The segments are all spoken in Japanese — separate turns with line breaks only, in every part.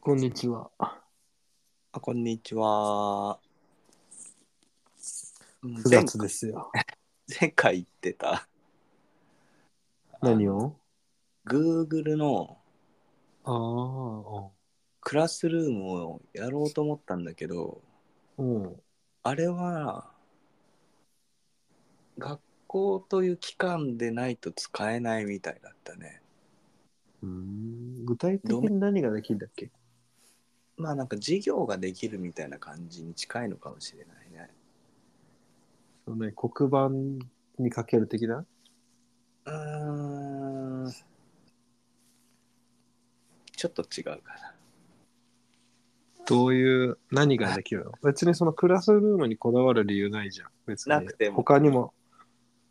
こんにちは。
あ、こんにちは。うん
9
前
月ですよ。
前回言ってた。
何を
Google の
ああ、
クラスルームをやろうと思ったんだけど、
うん。
あれは、学校という機関でないと使えないみたいだったね。
うん具体的に何ができるんだっけ
まあなんか授業ができるみたいな感じに近いのかもしれないね。
そのね、黒板にかける的な
うーん。ちょっと違うかな。
どういう、何ができるの別にそのクラスルームにこだわる理由ないじゃん。別に。
なくても
他にも。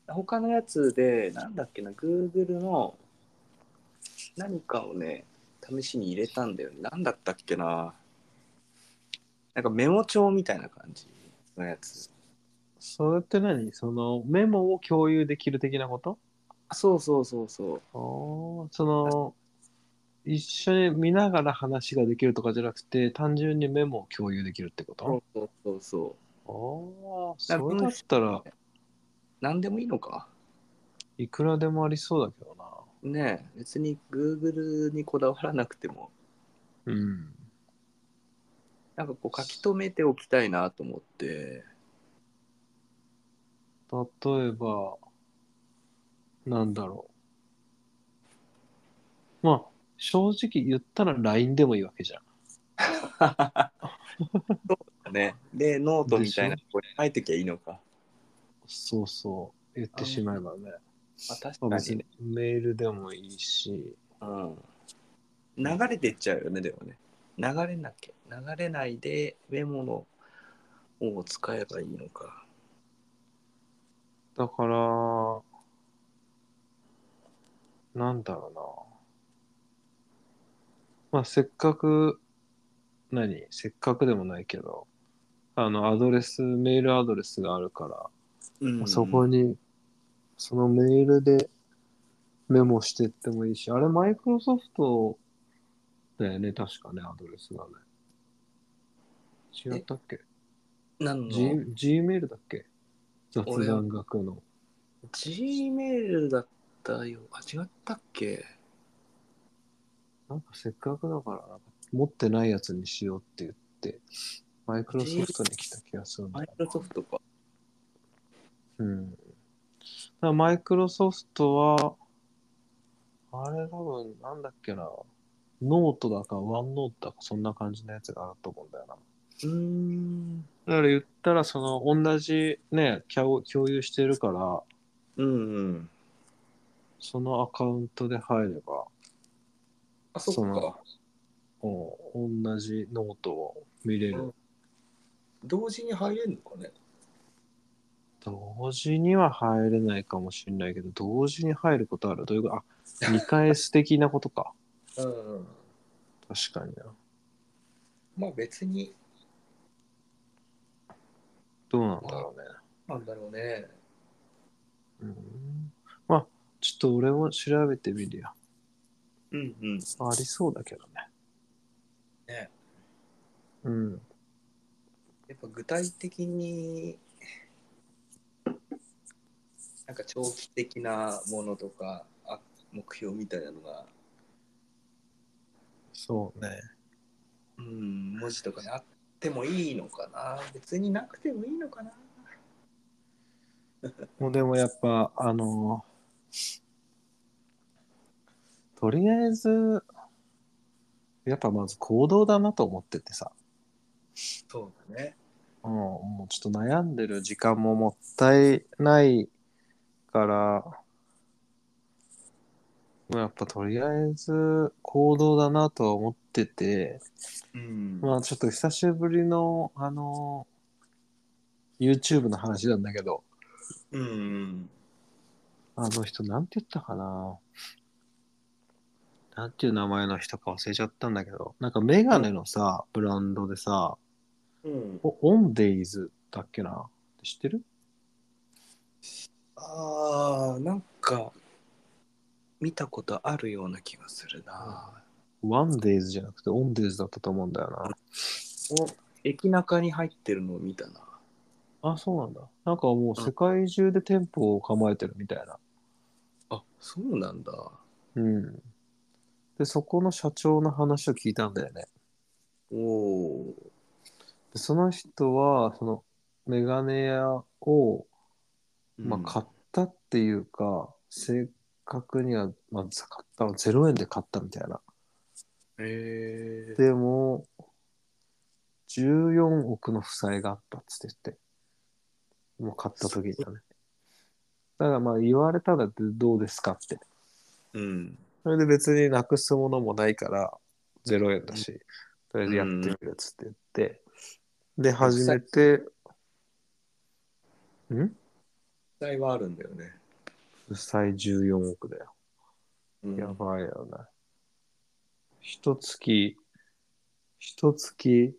他のやつで、なんだっけな、Google の何かをね、試しに入れたんだよね。なんだったっけな。なんかメモ帳みたいな感じのやつ。
それって何そのメモを共有できる的なこと
あそうそうそうそう。
ああ、その、一緒に見ながら話ができるとかじゃなくて、単純にメモを共有できるってこ
そう
と
そうそうそ
ああ、それだったら
う。何でもいいのか。
いくらでもありそうだけどな。
ねえ、別に Google にこだわらなくても、
うん。
なんかこう書き留めておきたいなと思って。
例えば、なんだろう。まあ、正直言ったら LINE でもいいわけじゃん。
ね。で、ノートみたいなとこに書いてきゃいいのか。
そうそう。言ってしまえばね。
あ、確
まあ
か
別
に
に。メールでもいいし。
うん。流れてっちゃうよね、でもね。流れなきゃ。流れないで、メモのを使えばいいのか。
だから、なんだろうな。まあ、せっかく、何せっかくでもないけど、あの、アドレス、メールアドレスがあるから、
うん
そこ
に。
に、そのメールでメモしてってもいいし、あれ、マイクロソフトだよね、確かね、アドレスがね。違ったっけ
なんの
G- ?Gmail だっけ雑
俺
談学の。
G メールだったよ。あ、違ったっけ
なんかせっかくだから、なんか持ってないやつにしようって言って、マイクロソフトに来た気がするんだ
マ
よ
イクロソフトか。
うん。だからマイクロソフトは、あれ多分、なんだっけな、ノートだか、ワンノートだか、そんな感じのやつがあると思うんだよな。
うーん。
だから言ったら、その、同じね、共共有してるから、
うんうん。
そのアカウントで入れば、
あ、そっ
そ
か
の。うん、同じノートを見れ
うん
る。
同時に入れんのかね。
同時には入れないかもしれないけど、同時に入ることある。どういうことあ、見返す的なことか。
うん。
確かにな。
まあ別に、
どうなんだろうね。
なんだろうね。
うんまあ、ちょっと俺も調べてみるよ。
うんうん。
ありそうだけどね。
ね。
うん。
やっぱ具体的になんか長期的なものとかあ目標みたいなのが、
そうね。
うん、文字とかにあってもいいのかな別になくてもいいのかな
もうでもやっぱ、あのとりあえず、やっぱまず行動だなと思っててさ。
そうだね
うん、もうちょっと悩んでる時間ももったいないから、もうやっぱとりあえず行動だなとは思ってて、
うん
まあちょっと久しぶりの、あのー YouTube の話なんだけど、
うん
あの人、なんて言ったかな。なんていう名前の人か忘れちゃったんだけど、なんかメガネのさ、ブランドでさ、
うん
おオンデイズだっけな知ってる
あーなんか見たことあるような気がするな、
ウワンデイズじゃなくてオンデイズだったと思うんだよな。
お駅中に入ってるのを見たな。
あ、そうなんだ。なんかもう世界中で店舗を構えてるみたいな。
あそうなんだ。
うん。で、そこの社長の話を聞いたんだよね。
おお
でその人は、そのメガネ屋を、
ー。
まあ、
うん
買ったっていうか、正確には、まあ、買ったの0円で買ったみたいな。
えー
でも、14億の負債があったっつって言って、もう買った時にはね。だからまあ言われたらってどうですかって。
うん。
それで別になくすものもないから、0円だし、とりあえずやってみるっつって言って、で、始めて、ん
期待はあるんだよね。
負債14億だよ。
うん
やばいよね。一月、一月、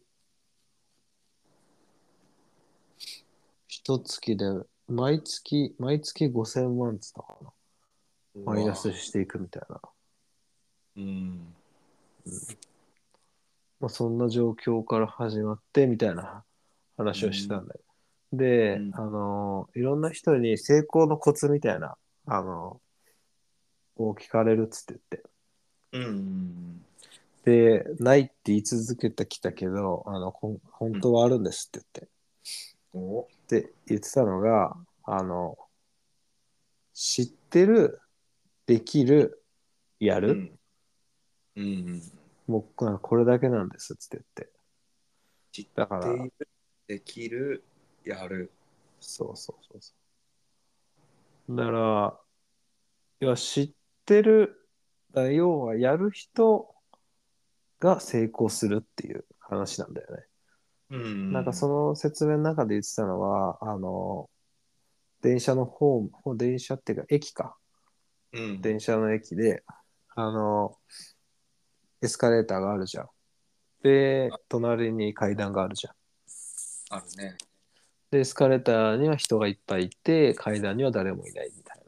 一月で、毎月、毎月5000万っつったかな。マイナスしていくみたいな。
うん。
まあ、そんな状況から始まってみたいな話をしてたんだよ。で、
うん
あのーいろんな人に成功のコツみたいな、あのーを聞かれるっつって言って。
うん。
で、ないって言い続けてきたけど、あの、こん本当はあるんですって言って。
お
って言ってたのが、あの、知ってる、できる、や
う
る、
ん。うん。
もうあこれだけなんですっつって言って。
知って
だから、
でできる、やる。
そうそうそうそう。だから、要は知ってる、だから要はやる人が成功するっていう話なんだよね。
うん
なんかその説明の中で言ってたのは、あの、電車のホーム、ほ電車っていうか駅か。
うん、
電車の駅で、あの、エスカレーターがあるじゃん。で、隣に階段があるじゃん。
あるね。
で、エスカレーターには人がいっぱいいて、階段には誰もいないみたい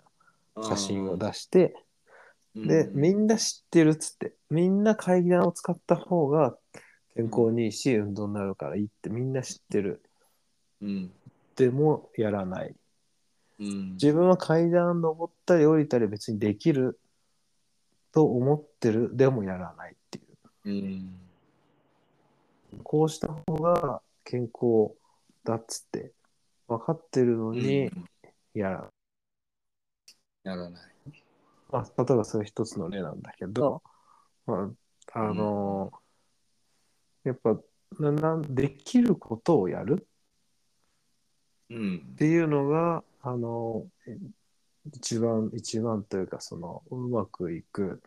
な写真を出して、で、み
ん
んな知ってるっつって、みんな階段を使った方が健康にいいし、運動になるからいいってみんな知ってる。
うん。
でもやらない。
うん。
自分は階段登ったり降りたり別にできると思ってる、でもやらないっていう。
うん。
こうした方が健康だっつって分かってるのに
うん
やらん、
やらない。
まあ、例えばそれ一つの例なんだけど、まあ、あのーやっぱななんできることをやる
うん
って。いうのが、あのー一番一番というかそのうまくいく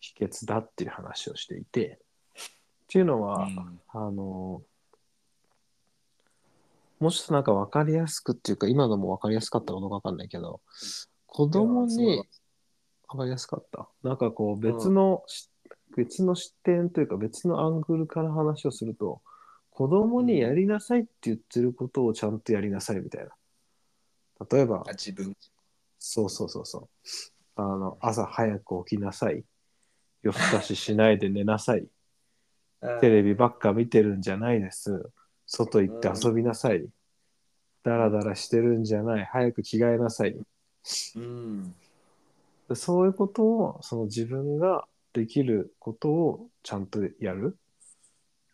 秘訣だっていう話をしていてっていうのは、
うん
あのもうちょっとなんか分かりやすくっていうか今のも分かりやすかったかどうか分かんないけど子供
いやそう
に
だ
分かりやすかったなんかこう別のし、別の視点というか別のアングルから話をすると子供にやりなさいって言ってることをちゃんとやりなさいみたいな例えば
あ自分。
そうそうそうそうあの朝早く起きなさい夜更かししないで寝なさい テレビばっか見てるんじゃないです。外行って遊びなさい。ダラダラしてるんじゃない。早く着替えなさい。
うん。
そういうことを、その自分ができることをちゃんとやる。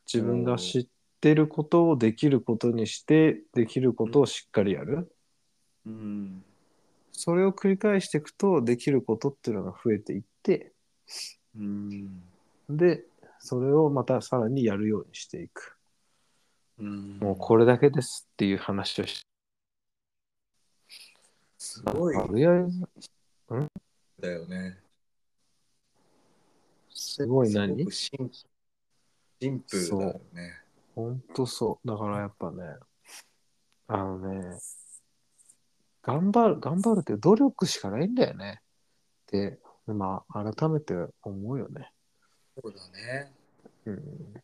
自分が知ってることをできることにして、できることをしっかりやる。
うん。
それを繰り返していくと、できることっていうのが増えていって、
うん。
で、それをまたさらにやるようにしていく。
うん
もうこれだけですっていう話をして
すごい
とりあえず
だよね。
すごい
す
何
ごくシンシンプルだよね。
ほんとそう。だからやっぱね、あのね、頑張る、頑張るけど努力しかないんだよね。って、まあ、改めて思うよね。
そうだね。
うん。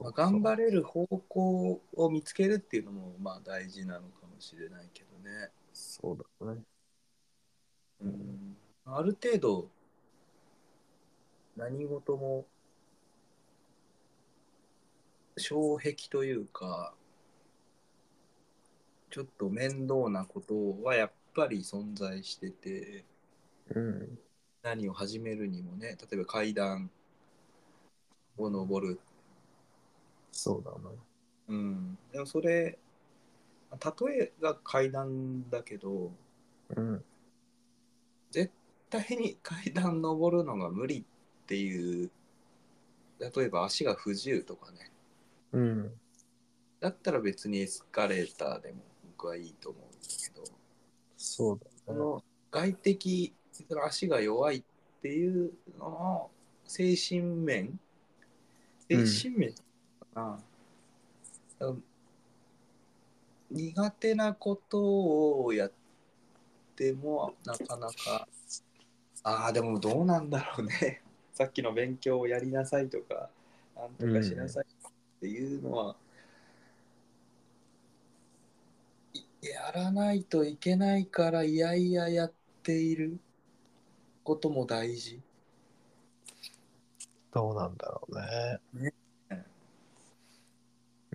まあ、頑張
る。
れる方向を見つけるっていうのもまあ大事なのかもしれないけどね。
そうだね。
うん、ある程度何事も障壁というかちょっと面倒なことはやっぱり存在してて
うん。
何を始めるにもね例えば階段を登る、
そうだな。
うん、でもそれ例えが階段だけど
うん。
絶対に階段登るのが無理っていう例えば足が不自由とかね
うん。
だったら別にエスカレーターでも僕はいいと思うんだけど
そうだ
そ
な。
の外的その足が弱いっていうのの精神面精
うん
神面かな、あの苦手なことをやってもなかなかああでもどうなんだろうね さっきの勉強をやりなさいとかなんとかしなさいっていうのは、いやらないといけないからいやいややっていることも大事
どうなんだろうね。
ね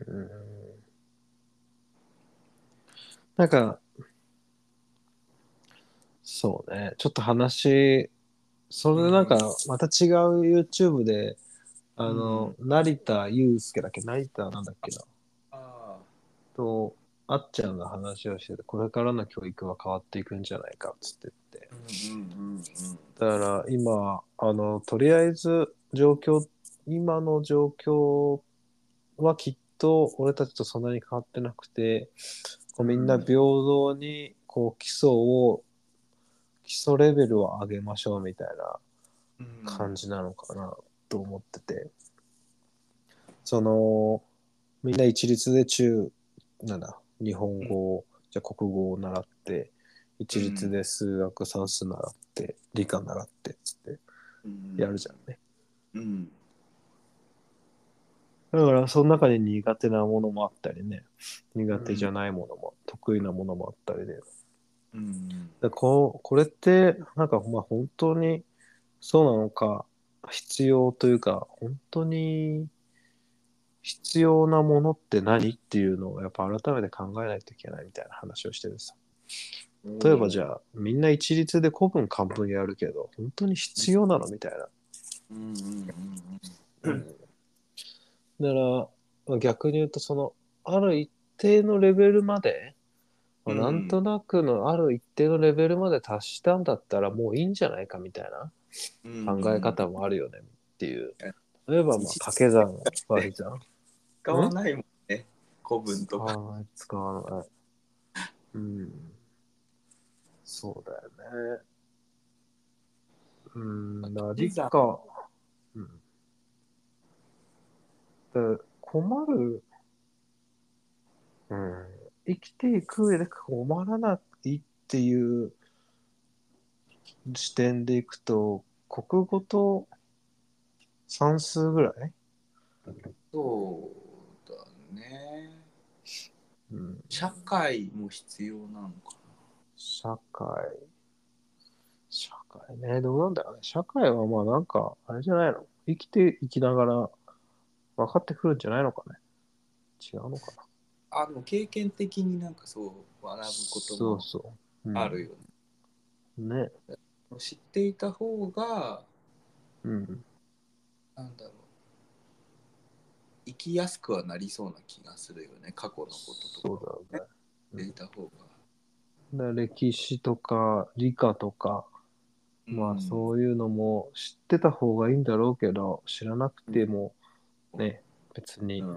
うん。なんか、そうね、ちょっと話、それなんか
うん、
また違う YouTube で、あの、成田悠介だっけ、成田なんだっけな、
ああ
と、あっちゃんが話をしてて、これからの教育は変わっていくんじゃないかっつってって。
うんうんうん
だから今あのとりあえず状況今の状況はきっと俺たちとそんなに変わってなくてこうみんな平等にこう基礎を基礎レベルを上げましょうみたい
うん
な感じなのかなと思っててそのみんな一律で中なんだ日本語をじゃあ国語を習って一律で数学算数習って理科習ってつってやるじゃんね。
ゃん、うん、
だから、その中に苦手なものもあったりね、苦手じゃないものも、得意なものもあったりで。
うん
でこうこれって、なんか、まあ、本当にそうなのか、必要というか、本当に必要なものって何っていうのを、やっぱ改めて考えないといけないみたいな話をしてるさ。
うん、
例えば、じ
ゃ
ゃあ、みんな一律で古文漢文やるけど、本当に必要なのみたいな。
うんうんうん
だから逆に言うとそのある一定のレベルまで、まあ
うん
なんとなくのある一定のレベルまで達したんだったらもういいんじゃないかみたいな
うんうん
考え方もあるよねっていう
うん。
例えばまあ掛け算はあるじゃん。
使わないもんね古文とか
使わない使わない。うん。そうだよね。うん、な理科。うん。で困る。うん。生きていく上で困らないっていう視点でいくと、国語と算数ぐらい、
そうだね
うん、
社会も必要なのか
社会。社会ね、どうなんだろうね。社会はまあなんか、あれじゃないの。生きていきながら分かってくるんじゃないのかね。違うのかな。
なあでも経験的になんかそう学ぶこと
そう
も
そう。うん
あるよね、
ね。
知っていた方が
うん。
なんだろう生きやすくはなりそうな気がするよね過去のこととか
そうだよね。
知っていた方が、
だから歴史とか理科とか、まあ
う
そういうのも知ってた方がいいんだろうけど、知らなくてもね、別に
ん、
っ
う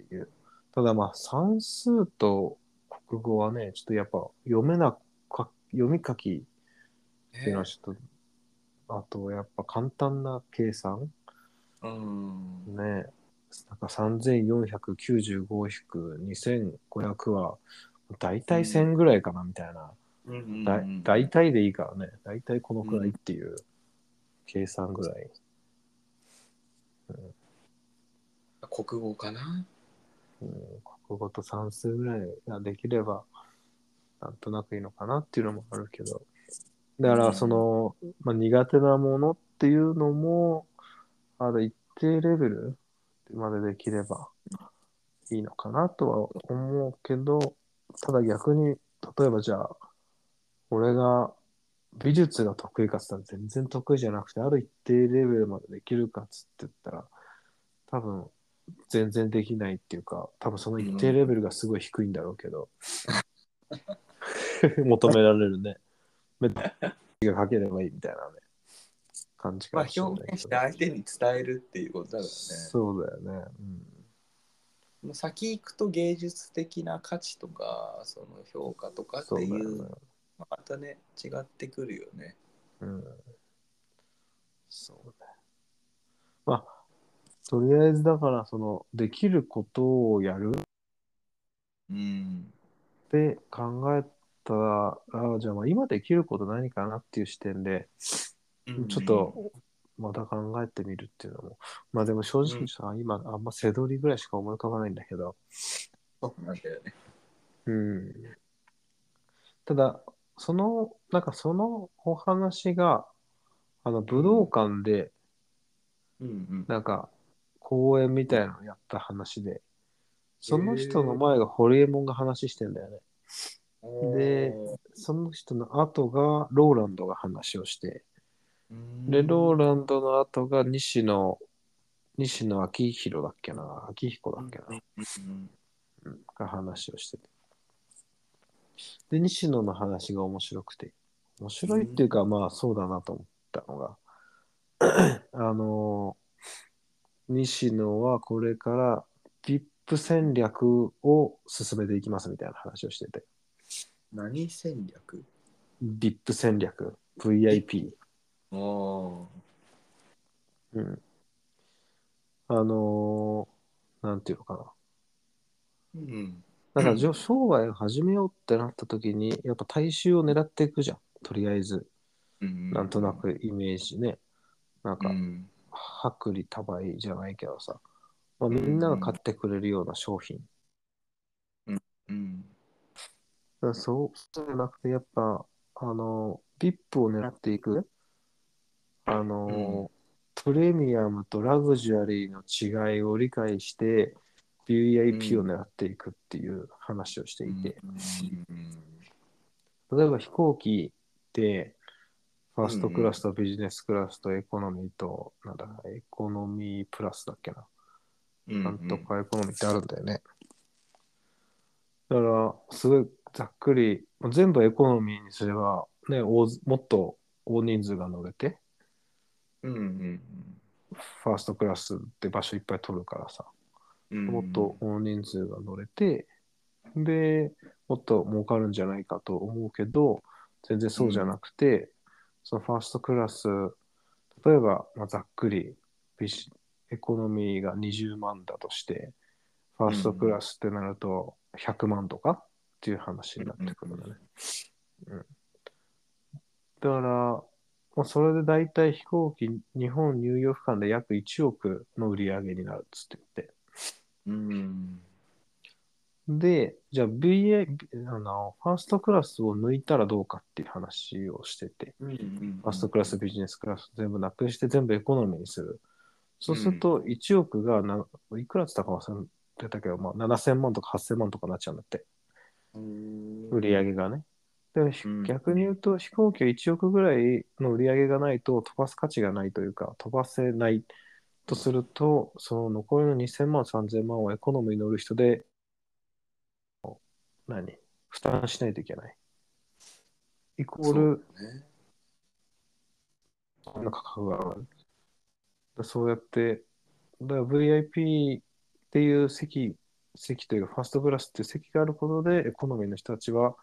ん
ていう。ただまあ算数と国語はね、ちょっとやっぱ読めなか、読み書きっていうのはちょっと、あとやっぱ簡単な計算
うん、
ね、なんか3495引く2500は、大体1000ぐらいかなみたいな、
うん
だい大体でいいからね、大体このくらいっていう計算ぐらい。
国語かな
うん、国語と算数ぐらいができれば、なんとなくいいのかなっていうのもあるけど、だからその、まあ、苦手なものっっていうのも、ある一定レベルまでできればいいのかなとは思うけど、ただ逆に、例えばじゃあ、俺が美術が得意かっつったら全然得意じゃなくて、ある一定レベルまでできるかっつって言ったら、多分、全然できないっていうか、多分その一定レベルがすごい低いんだろうけど、求められるね。目がかければいいみたいなね、感じか
ま
も
あ
しれないけ
表
ど
現して相手に伝えるっていうことだからね。
そうだよね。
もう先行くと芸術的な価値とか、その評価と
う
か
ん、
っ
そう
て
だ
い
よ
う、
ね。
またね、違ってくるよね。
うん。そうね。まあ、とりあえずだから、その、できることをやるっ
うん。
て考えたら、じゃあまあ今できること何かなっていう視点で、ちょっとまた考えてみるっていうのも、まあでも正直さ、今あんま背取りぐらいしか思い浮かばないんだけど、
そうなんだよね。
うん。ただ、その、なんかそのお話が、あの、武道館で、
うんうん。
なんか、公演みたいなのやった話で、その人の
へー
前がホリエモンが話してんだよね。で
おー、
その人の後がローランドが話をして、
うん
で、ローランドの後が西野、西野昭弘だっけな、昭彦だっけな、
うん
うんが話をしてて。で、西野の話が面白くて、面白いっていうか、まあそうだなと思ったのが、 あのー西野はこれから VIP 戦略を進めていきますみたいな話をしてて、
何戦略
VIP 戦略、VIP。
あー
うん。あのーなんていうのかな。
うん。
だからじょ商売を始めようってなった時に、やっぱ大衆を狙っていくじゃん。とりあえず、なんとなくイメージね。なん
う
か、
ん。
薄利多売じゃないけどさ、まあ、みんなが買ってくれるような商品。
う
だ
ん。
からそうそうじゃなくて、やっぱ、あの、VIP を狙っていく、あの、プレミアムとラグジュアリーの違いを理解して、VIP を狙っていくっていう話をしていて、例えば飛行機って、ファーストクラスとビジネスクラスとエコノミーと、なんだ、エコノミープラスだっけな。
うん。
なんとかエコノミーってあるんだよね。だから、すごいざっくり、全部エコノミーにすれば、ね、大ずもっと大人数が乗れて、
うん。うん
ファーストクラスって場所いっぱい取るからさ、
うん。
もっと大人数が乗れて、で、もっと儲かるんじゃないかと思うけど、全然そうじゃなくて、そのファーストクラス、例えば、まあ、ざっくりビジ、エコノミーが20万だとして、ファーストクラスってなると100万とかっていう話になってくるんだね。うん。だから、まあ、それで大体飛行機、日本、ニューヨーク間で約1億の売り上げになるっつって言って。
うん。
で、じゃあ VA、あの、ファーストクラスを抜いたらどうかっていう話をしてて、
うん。
ファーストクラス、ビジネスクラス全部なくして全部エコノミーにする。そうすると1億がな、いくらって言ったか忘れたけど、まあ、7000万とか8000万とかになっちゃうんだって、売り上げがね。でもひ
うん
逆に言うと飛行機は1億ぐらいの売り上げがないと飛ばす価値がないというか、飛ばせないとすると、その残りの2000万、3000万をエコノミーに乗る人で、何負担しないといけない。イコール、の価格が上がる。だそうやって、だから VIP っていう席、席というか、ファーストクラスっていう席があることで、エコノミーの人たちは、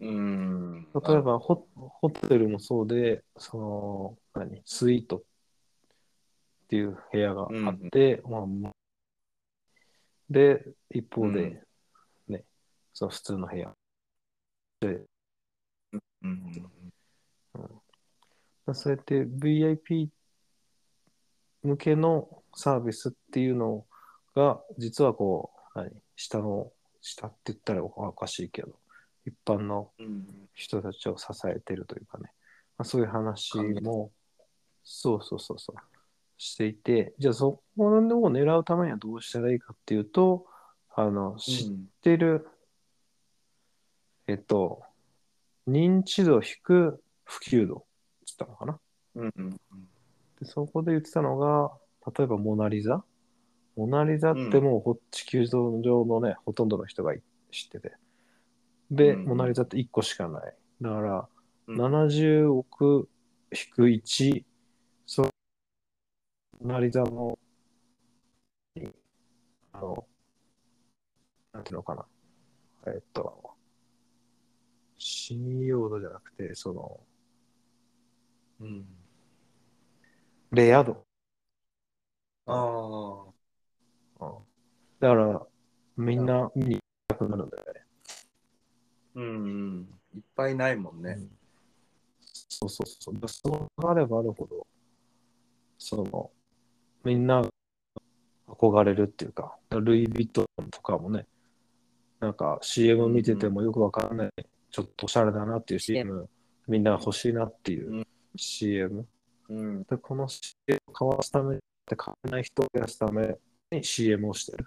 うん。
例えばホホテルもそうで、その、何、スイートっていう部屋があって、まあ、で、一方で、
うん
ね、その普通の部屋。
うん。
まあそうやって VIP 向けのサービスっていうのが、実はこう、何下の、下って言ったらおかしいけど、一般の
うん。
人たちを支えてるというかね、まあ、そういう話も、そうそうそうそう、していて、じゃあそこのを狙うためにはどうしたらいいかっていうと、あの、知っ
うん
てる、えっと、認知度引く普及度って言ったのかな。
うんうん
でそこで言ってたのが、例えばモナリザモナリザってもうほ地球上のね、ほとんどの人が知ってて。で、
うん
モナリザって1個しかない。だから、
うん
70億引く1、そう、モナリザの、あの、なんていうのかな。えっと、信用度じゃなくて、その、
うん。
レア度。
ああ。
うんだから、みんな見に行きたくなるんだよね。
うんうん。いっぱいないもんね。
そうそうそう。だからそのがあればあるほど、その、みんなが憧れるっていうか、だからルイ・ヴィトンとかもね、なんか CM 見ててもよくわからない、ちょっとおしゃれだなっていう CM、みんな欲しいなっていうう CM。
うん。
で、この CM を買わすためって買えない人を増やすために CM をしてる。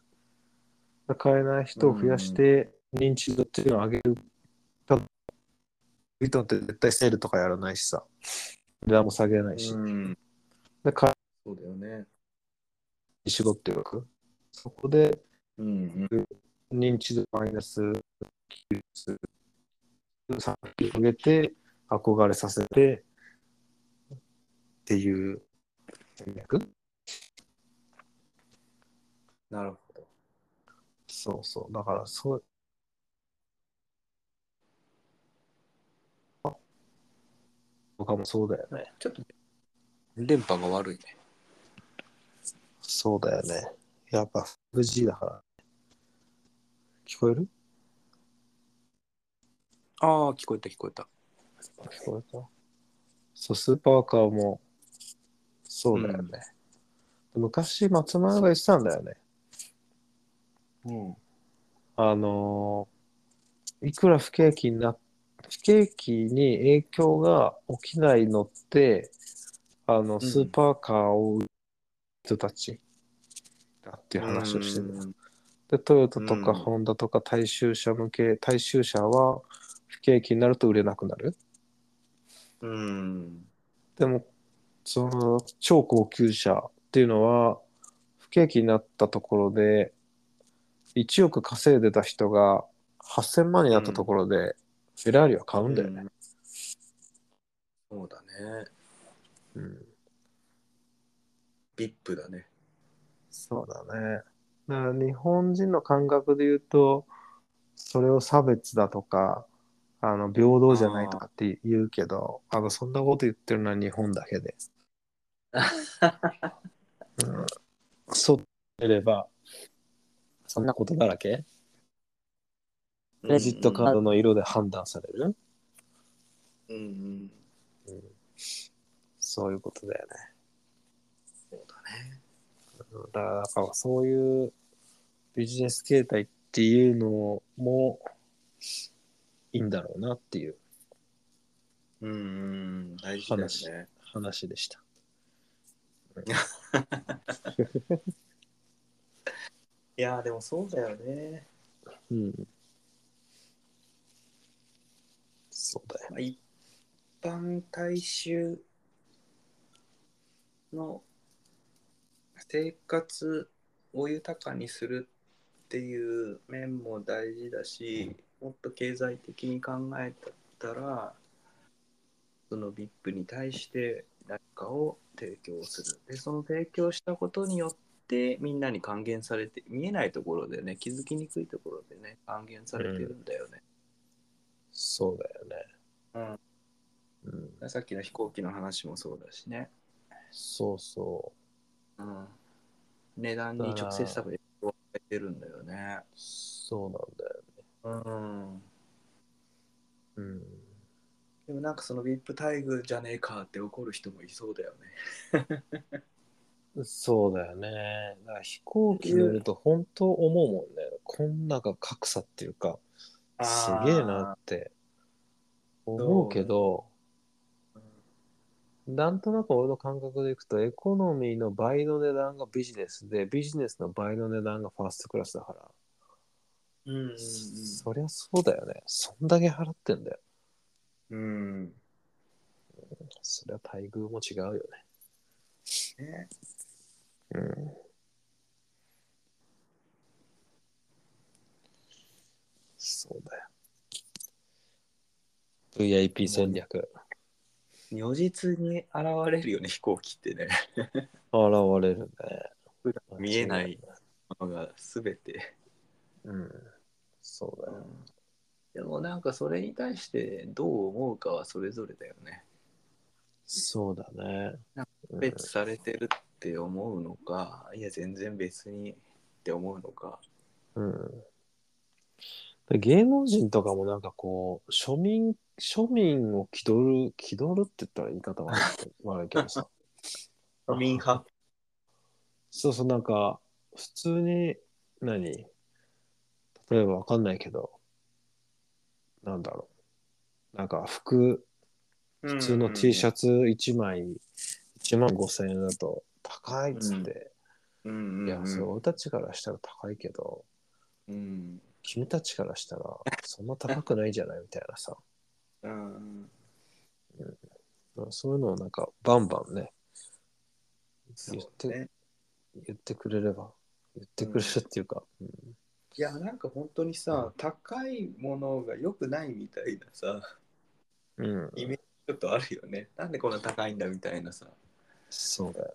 で買えない人を増やして認知度っていうのを上げる。ただ、ビトンって絶対セールとかやらないしさ、値段も下げないし、
うん。
で、買い
そうだよね。
に絞っておく。そこで
うん
認知度マイナス、技術、さっき増えて、憧れさせて、っていう戦略
なるほど。
そうそう。だから、そう。とかもそうだよね。
ちょっと電波が悪いね。
そうだよね。やっぱ 5G だから。聞こえる
ああ、聞こえた聞こえた。
聞こえた。そう、スーパーカーも、そうだよね。昔、松丸が言ってたんだよね。
うん。
あのーいくら不景気にな不景気に影響が起きないのってあのスーパーカーを売る人たちだっていう話をしてる、
うん
でトヨタと
う
か
ん
ホンダとか大衆車向け大衆車は不景気になると売れなくなる
うん。
でもその超高級車っていうのは不景気になったところで1億稼いでた人が8000万になったところで、フェラーリは買うんだよね、
そうだね。
うん
ビップだね。
そうだねだから日本人の感覚で言うとそれを差別だとかあの平等じゃないとかって言うけどあのそんなこと言ってるのは日本だけで、うん、そう出ればそんなことだらけクレジットカードの色で判断される、
うんうん。
そういうことだよね。
そうだね。
うんだからだからそういうビジネス形態っていうのもいいんだろうなっていう
うんうん。大事ですね。
話でした。
いやー、でもそうだよね。
うん。そうだよ。
まあ、一般大衆の生活を豊かにするっていう面も大事だし、もっと経済的に考えたらその VIP に対して何かを提供するでその提供したことによってみんなに還元されて見えないところでね気づきにくいところでね還元されてるんだよね。
そうだよね。
うん
うん。
さっきの飛行機の話もそうだしね、
そうそう。
うん、値段に直接多分影響を与えてるんだよね。
そうなんだよ。
うん、
うん。
でもなんかその VIP 待遇じゃねえかって怒る人もいそうだよね。
そうだよね。だから飛行機乗ると本当思うもんね。こんなが格差っていうか、
あー
すげえなって思うけど、なんとなく俺の感覚でいくと、エコノミーの倍の値段がビジネスで、ビジネスの倍の値段がファーストクラスだから、
うん
そりゃそうだよね。そんだけ払ってんだよ。
うん
そりゃ待遇も違うよね。
ね
うんそうだよ。VIP 戦略。現
如実に現れるよね飛行機ってね
れるね。
普段見えない。ものが全て、
うん。そうだよ。
でもなんかそれに対してどう思うかはそれぞれだよね
そうだね。うん
別されてるって思うのか、いや全然別にって思うのか
うん。で芸能人とかもなんかこう、庶民、庶民を気取る、気取るって言ったら言い方悪い悪いけどさ。
庶民派
そうそう、なんか、普通に、何例えばわかんないけど、なんだろう。なんか、服、普通の T シャ
ツ、
ツ1枚、1万5千円だと、高いっつって。
うんうんうん、
いや、そう、俺たちからしたら高いけど、
うん
君たちからしたら、そんな高くないじゃないみたいなさ。
うん
そういうのをなんか、バンバンね、言っ
そう
て、
ね
言ってくれれば、言ってくれるっていうか、うん
いやなんか本当にさ高いものが良くないみたいなさ
うん。
イメージちょっとあるよねなんでこんな高いんだみたいなさ
そうだよ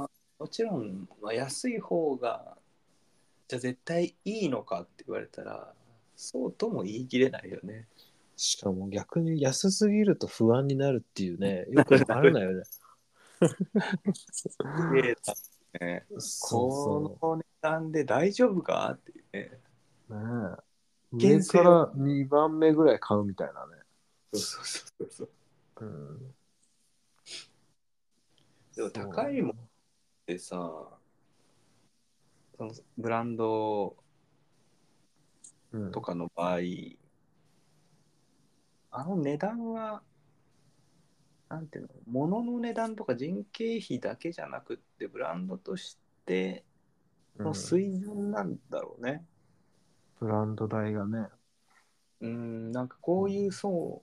ね。
もちろん、まあ、安い方がじゃあ絶対いいのかって言われたらそうとも言い切れないよね
しかも逆に安すぎると不安になるっていうね、よくわからないよ ね。
ねこ
そ
の値段で大丈夫かっていうね
うそう。ねえ
厳
上
正
から2番目ぐらい買うみたいなね。
そうそうそうそう
うん、
でも高いもんってさそのブランド
うん
とかの場合、あの値段は、なんていうの、物の値段とか人件費だけじゃなくって、ブランドとして
う
の
ん
水準なんだろうね。
ブランド代がね。
うん、なんかこういう層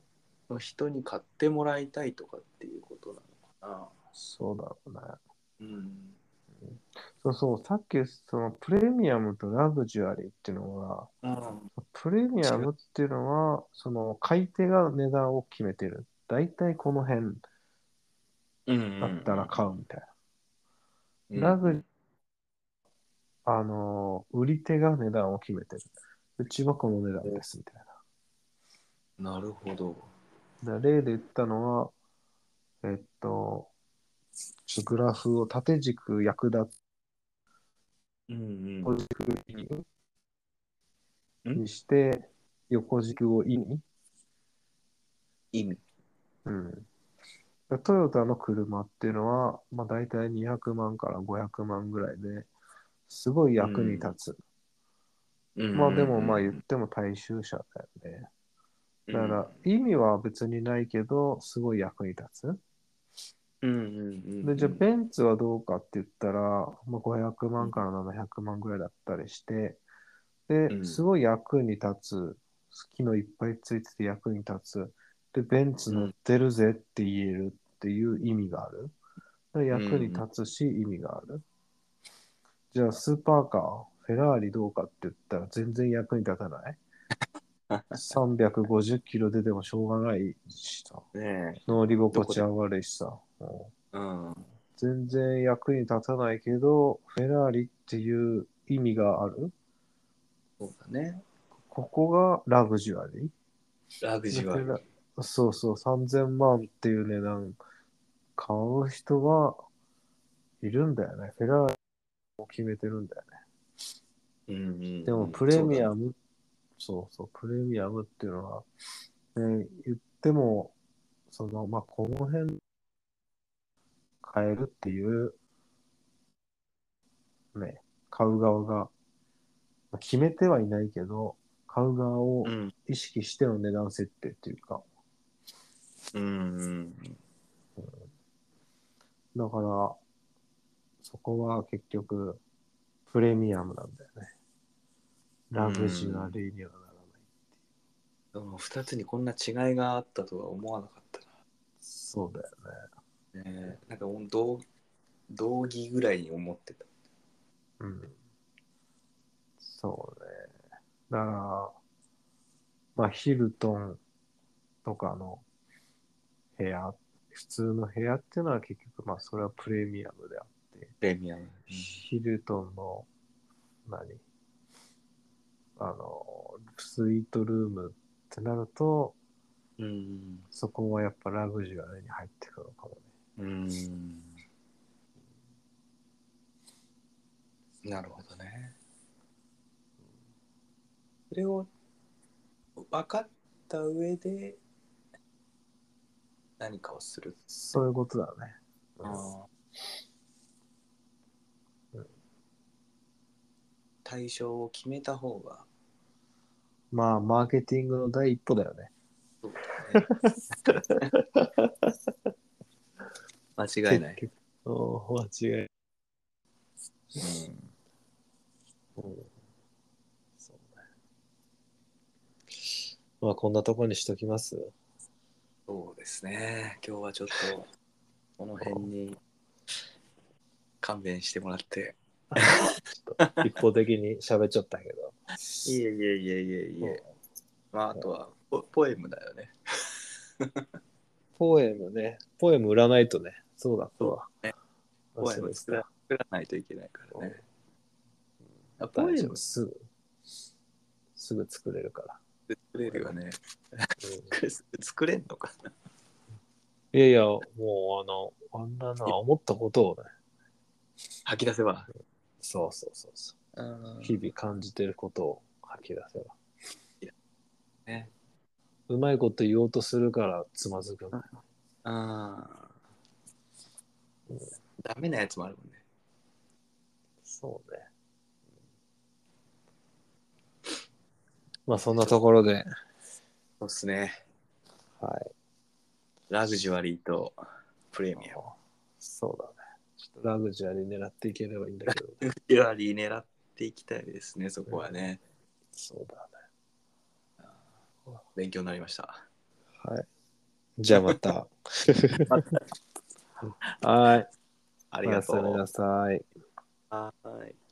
の人に買ってもらいたいとかっていうことなのか
そうだろうね。
な。うん。
そうそう、さっきそのプレミアムとラグジュアリーっていうのは、
うん、
プレミアムっていうのは、その買い手が値段を決めてる。大体この辺
うん
だったら買うみたいな。
う
ラ
ん
グジュあのー売り手が値段を決めてる。うちはこの値段ですみたい
なるほど。
な。だ例で言ったのは、えっと、ちょっとグラフを縦軸役立
うん
つ
う
横
ん。
軸
ん
にして、横軸を意味。
意味。
うん。トヨタの車っていうのは、まあ、大体200万から500万ぐらいで、すごい役に立つ。まあでもまあ言っても大衆車だよね。だから意味は別にないけど、すごい役に立つ。
うんうんうん、
で、じゃあベンツはどうかって言ったら、まあ、500万から700万ぐらいだったりして、
う
で、
ん
すごい役に立つ。機能いっぱいついてて役に立つ。で、ベンツ乗ってるぜって言えるっていう意味がある。で役に立つし、意味がある。じゃあスーパーカー、フェラーリどうかって言ったら全然役に立た ない。350キロ出てもしょうがないしさ。
ねえ。
乗り心地は悪いしさ。うん
うん。
全然役に立たないけど、フェラーリっていう意味がある。
そうだね。
ここがラグジュアリ
ラグジュアリ
だ
ー
か。ー。そうそう、3000万っていう値段、買う人はいるんだよね。フェラーリを決めてるんだよね。
うんうん
でもプレミア
ム。
ム、そうそう、プレミアムっていうのは、ね、言っても、その、まあ、この辺、買えるっていう、ね、買う側が、まあ決めてはいないけど、買う側を
うん。
意識しての値段設定っていうか、
うん。
だから、そこは結局、プレミアムなんだよね。ラグジュアリーにはならない。
でも2つにこんな違いがあったとは思わなかった
そうだよね。
な。ねえ、なんかほんと同同義ぐらいに思ってた。
うん。そうね。だから、まあ、ヒルトンとかの部屋、普通の部屋っていうのは結局、まあ、それはプレミアムであって、
プレミアム。
ヒルトンの、何あの、スイートルームってなると、
うん。
そこはやっぱラグジュアルに入ってくるのかもね。
うん。なるほどね。それを分かった上で何かをする。
そういうことだね。
あー
うん
対象を決めた方が
まあ、マーケティングの第一歩だよね。
そうだね 間違いない、
結局。おー間違いない。
うん
そうね。まあ、こんなとこにしとき ます。
そうですね今日はちょっとこの辺に勘弁してもらって
一方的に喋っちゃったけど。
いえいえいえいえいえまああとはポポエムだよね
ポエムね。ポエム売らないとね。そうだ、そうだ。
ポエム作ら作らないといけないからねあポエム
すぐ、すぐ作れるから。
作れるよね
うん
作れんのかない
やいや、もう、あの、あんなのは思ったことをね、
吐き出せば
そうそうそうそうう、
ん
日々感じてることを吐き出せば。
ね
うまいこと言おうとするからつまずくんだよ
あーダメなやつもあるもんね。
そうね。まあそんなところで、
そうっすね。
はい。
ラグジュアリーとプレミアム。
そうだね。ちょっとラグジュアリー狙っていければいいんだけど、
ラグジュアリー狙っていきたいですね、そこはね。
そうだね。
勉強になりました。
はい。じゃあま た。はい。
あ
あ
りがと
おやすみ
う
な。さい。
はーい。